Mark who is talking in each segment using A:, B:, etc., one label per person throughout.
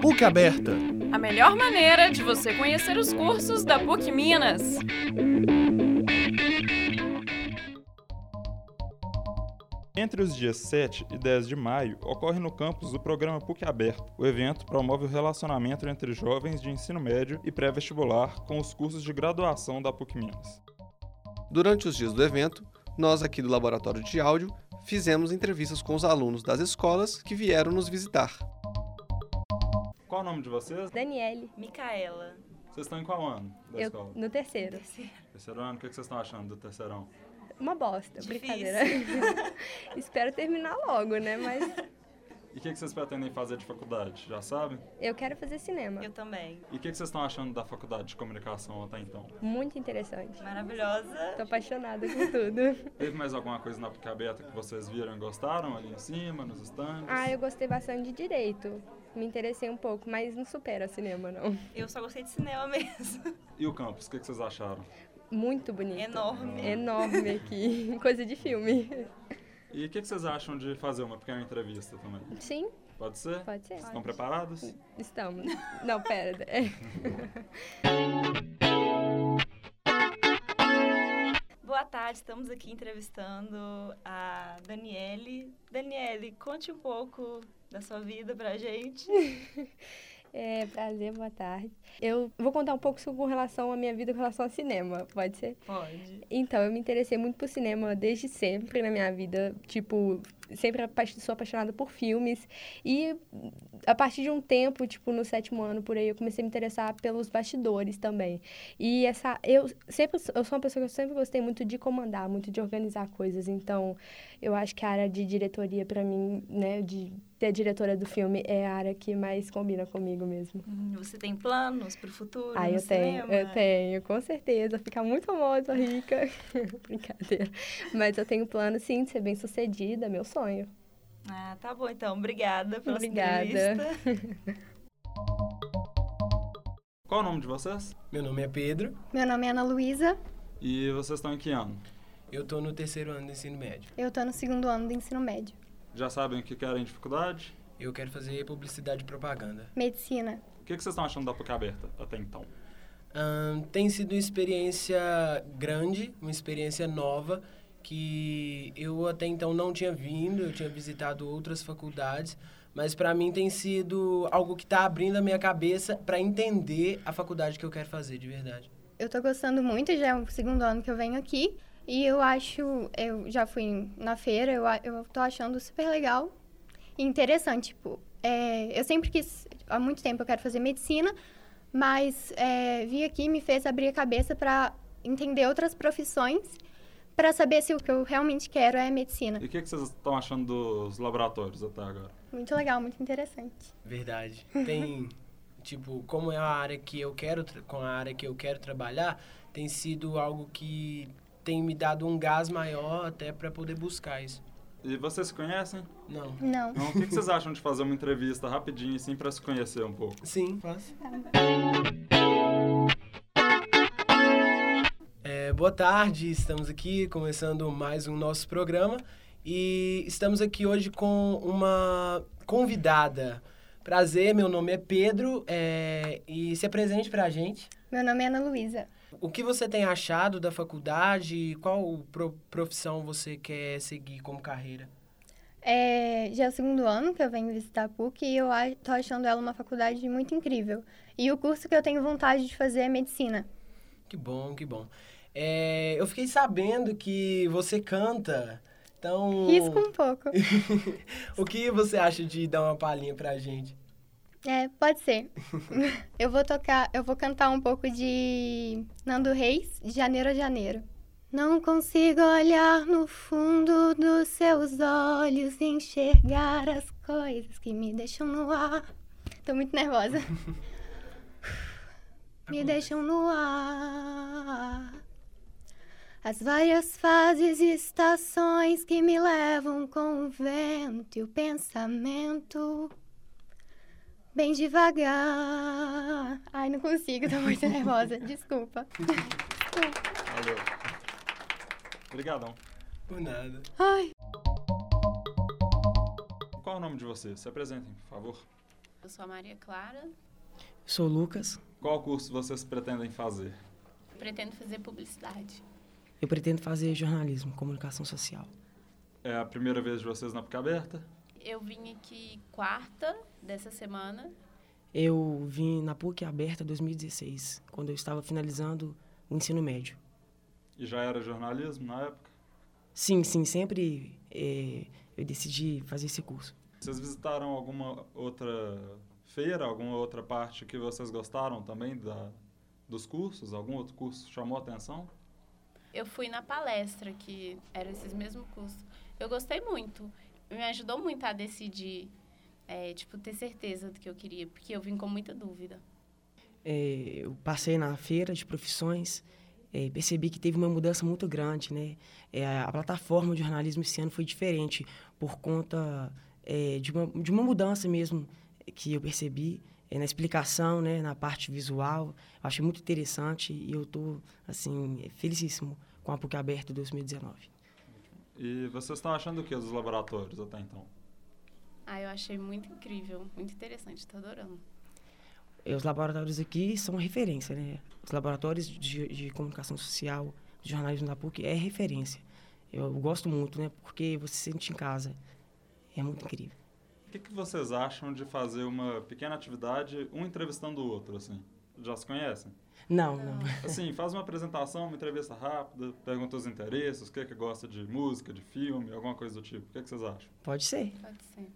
A: PUC Aberta.
B: A melhor maneira de você conhecer os cursos da PUC Minas.
C: Entre os dias 7 e 10 de maio, ocorre no campus o programa PUC Aberto. O evento promove o relacionamento entre jovens de ensino médio e pré-vestibular com os cursos de graduação da PUC Minas.
D: Durante os dias do evento, nós aqui do Laboratório de Áudio fizemos entrevistas com os alunos das escolas que vieram nos visitar.
C: Qual o nome de vocês?
E: Daniele,
F: Micaela.
C: Vocês estão em qual ano da
E: eu
C: escola?
E: no terceiro.
C: Terceiro ano, o que que vocês estão achando do terceirão?
E: Uma bosta,
F: Difícil.
E: brincadeira. Espero terminar logo, né? Mas
C: E o que que vocês pretendem fazer de faculdade? Já sabem?
E: eu quero fazer cinema.
F: Eu também.
C: E o que que vocês estão achando da faculdade de comunicação até então?
E: Muito interessante.
F: Maravilhosa.
E: Tô apaixonada com tudo.
C: Teve mais alguma coisa na PUC Aberta que vocês viram e gostaram ali em cima, nos stands?
E: Ah, eu gostei bastante de direito. Me interessei um pouco, mas não supera cinema, não.
F: Eu só gostei de cinema mesmo.
C: E o campus, o que que vocês acharam?
E: Muito bonito.
F: Enorme.
E: Enorme aqui. Coisa de filme.
C: E o que que vocês acham de fazer uma pequena entrevista também?
E: Sim,
C: Pode ser?
E: Pode ser.
C: Vocês estão preparados?
E: estamos. Não, pera. É.
F: Boa tarde, estamos aqui entrevistando a Daniele. Daniele, conte um pouco da sua vida pra gente.
E: É, prazer, boa tarde. Eu vou contar um pouco com relação à minha vida com relação ao cinema, pode ser?
F: Pode.
E: Então, eu me interessei muito por cinema desde sempre na minha vida. Tipo, sempre apa- sou apaixonada por filmes. E a partir de um tempo, tipo, no sétimo ano por aí, eu comecei a me interessar pelos bastidores também. E essa. Eu sempre eu sou uma pessoa que eu sempre gostei muito de comandar, muito de organizar coisas. Então, eu acho que a área de diretoria, pra mim, né, de ser diretora do filme, é a área que mais combina comigo mesmo.
F: Você tem planos pro futuro?
E: Ah,
F: no
E: eu tenho,
F: cinema?
E: eu tenho, com certeza. Ficar muito famosa, rica. Brincadeira. Mas eu tenho um plano, sim, de ser bem sucedida, meu sonho.
F: Ah, tá bom então. Obrigada pela sua
E: Obrigada.
F: entrevista.
C: Qual o nome de vocês?
G: Meu nome é Pedro,
H: Meu nome é Ana Luísa,
C: E vocês estão em que ano?
G: eu tô no terceiro ano do ensino médio.
H: eu tô no segundo ano do ensino médio.
C: Já sabem o que querem de faculdade?
G: Eu quero fazer publicidade e propaganda.
H: Medicina.
C: O que que vocês estão achando da PUC Aberta até então?
G: Ahn, tem sido uma experiência grande, uma experiência nova, que eu até então não tinha vindo, eu tinha visitado outras faculdades, mas para mim tem sido algo que tá abrindo a minha cabeça para entender a faculdade que eu quero fazer de verdade.
H: Eu tô gostando muito, já é o segundo ano que eu venho aqui. E eu acho, eu já fui em- na feira, eu, a- eu tô achando super legal e interessante. Tipo, é, eu sempre quis, há muito tempo eu quero fazer medicina, mas é, vir aqui me fez abrir a cabeça para entender outras profissões, para saber se o que eu realmente quero é medicina.
C: E o que que vocês estão achando dos laboratórios até agora?
H: Muito legal, muito interessante.
G: Verdade. Tem, tipo, como é a área que eu quero, tra- com a área que eu quero trabalhar, tem sido algo que tem me dado um gás maior até para poder buscar isso.
C: E vocês se conhecem?
G: Não.
H: Não.
C: Então, o que que vocês acham de fazer uma entrevista rapidinho, assim, para se conhecer um pouco?
G: Sim, faço. É, boa tarde, estamos aqui começando mais um nosso programa e estamos aqui hoje com uma convidada. Prazer, meu nome é Pedro é, e se apresente pra gente.
H: Meu nome é Ana Luísa.
G: O que você tem achado da faculdade? Qual pro- profissão você quer seguir como carreira?
H: É, já é o segundo ano que eu venho visitar a PUC e eu a- tô achando ela uma faculdade muito incrível. E o curso que eu tenho vontade de fazer é medicina.
G: Que bom, que bom. É, eu fiquei sabendo que você canta, então...
H: Risco um pouco.
G: o que você acha de dar uma palhinha pra gente?
H: É, pode ser. eu vou tocar, eu vou cantar um pouco de Nando Reis, de Janeiro a Janeiro. Não consigo olhar no fundo dos seus olhos e enxergar as coisas que me deixam no ar. Tô muito nervosa. me deixam no ar. As várias fases e estações que me levam com o vento e o pensamento. Bem devagar. Ai, não consigo, tô muito nervosa. Desculpa.
C: Valeu. Obrigadão.
G: Por nada.
H: Ai,
C: Qual Qual é o nome de vocês? Se apresentem, por favor.
F: Eu sou a Maria Clara,
I: Sou o Lucas.
C: Qual curso vocês pretendem fazer?
F: pretendo fazer publicidade.
I: Eu pretendo fazer jornalismo, comunicação social.
C: É a primeira vez de vocês na PUC aberta?
F: Eu vim aqui quarta dessa semana.
I: Eu vim na PUC aberta 2016, quando eu estava finalizando o ensino médio.
C: E já era jornalismo na época?
I: Sim, sim, sempre eh, eu decidi fazer esse curso.
C: Vocês visitaram alguma outra feira, alguma outra parte que vocês gostaram também da, dos cursos? Algum outro curso chamou a atenção?
F: Eu fui na palestra, que era esses mesmos cursos. Eu gostei muito. Me ajudou muito a decidir, é, tipo, ter certeza do que eu queria, porque eu vim com muita dúvida.
I: Eh, eu passei na feira de profissões, eh, percebi que teve uma mudança muito grande, né? Eh, a plataforma de jornalismo esse ano foi diferente por conta eh, de, uma, de uma mudança mesmo que eu percebi eh, na explicação, né? Na parte visual, eu achei muito interessante e eu tô assim felicíssimo com a PUC aberta 2019.
C: E vocês estão achando o que dos laboratórios até então?
F: Ah, eu achei muito incrível, muito interessante, tô adorando.
I: Eh, os laboratórios aqui são referência, né? Os laboratórios de, de comunicação social, de jornalismo da PUC é referência. Eu gosto muito, né? Porque você se sente em casa. É muito incrível.
C: O que, que vocês acham de fazer uma pequena atividade, um entrevistando o outro, assim? Já se conhecem?
I: Não, não.
C: Assim, faz uma apresentação, uma entrevista rápida, pergunta os interesses, o que é que gosta de música, de filme, alguma coisa do tipo. O que, é que vocês acham?
I: Pode ser.
F: Pode ser.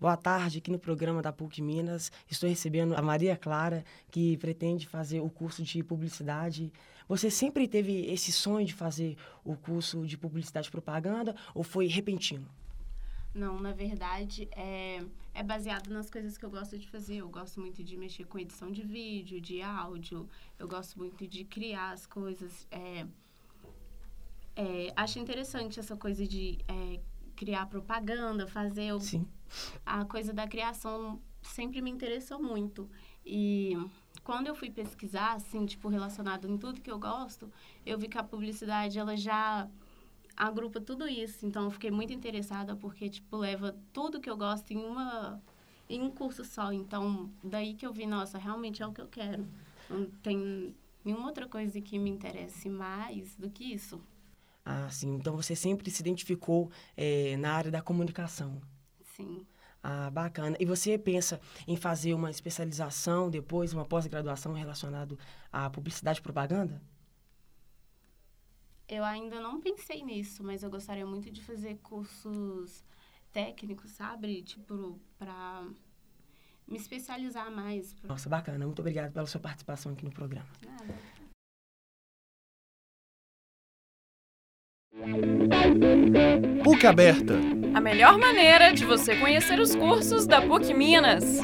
I: Boa tarde, aqui no programa da PUC Minas. Estou recebendo a Maria Clara, que pretende fazer o curso de publicidade. Você sempre teve esse sonho de fazer o curso de publicidade e propaganda ou foi repentino?
F: Não, na verdade, é, é baseado nas coisas que eu gosto de fazer. Eu gosto muito de mexer com edição de vídeo, de áudio. Eu gosto muito de criar as coisas. é, é, acho interessante essa coisa de é, criar propaganda, fazer o-
I: Sim.
F: a coisa da criação sempre me interessou muito. E quando eu fui pesquisar, assim, tipo, relacionado em tudo que eu gosto, eu vi que a publicidade, ela já agrupa tudo isso. Então, eu fiquei muito interessada porque, tipo, leva tudo que eu gosto em uma... em um curso só. Então, daí que eu vi, nossa, realmente é o que eu quero. Não tem nenhuma outra coisa que me interesse mais do que isso.
I: Ah, sim. Então você sempre se identificou eh, na área da comunicação.
F: Sim.
I: Ah, bacana. E você pensa em fazer uma especialização depois, uma pós-graduação relacionado à publicidade e propaganda?
F: Eu ainda não pensei nisso, mas eu gostaria muito de fazer cursos técnicos, sabe? Tipo, pra me especializar mais. Pra...
I: Nossa, bacana. Muito obrigado pela sua participação aqui no programa.
F: Nada.
G: PUC aberta.
B: A melhor maneira de você conhecer os cursos da PUC Minas.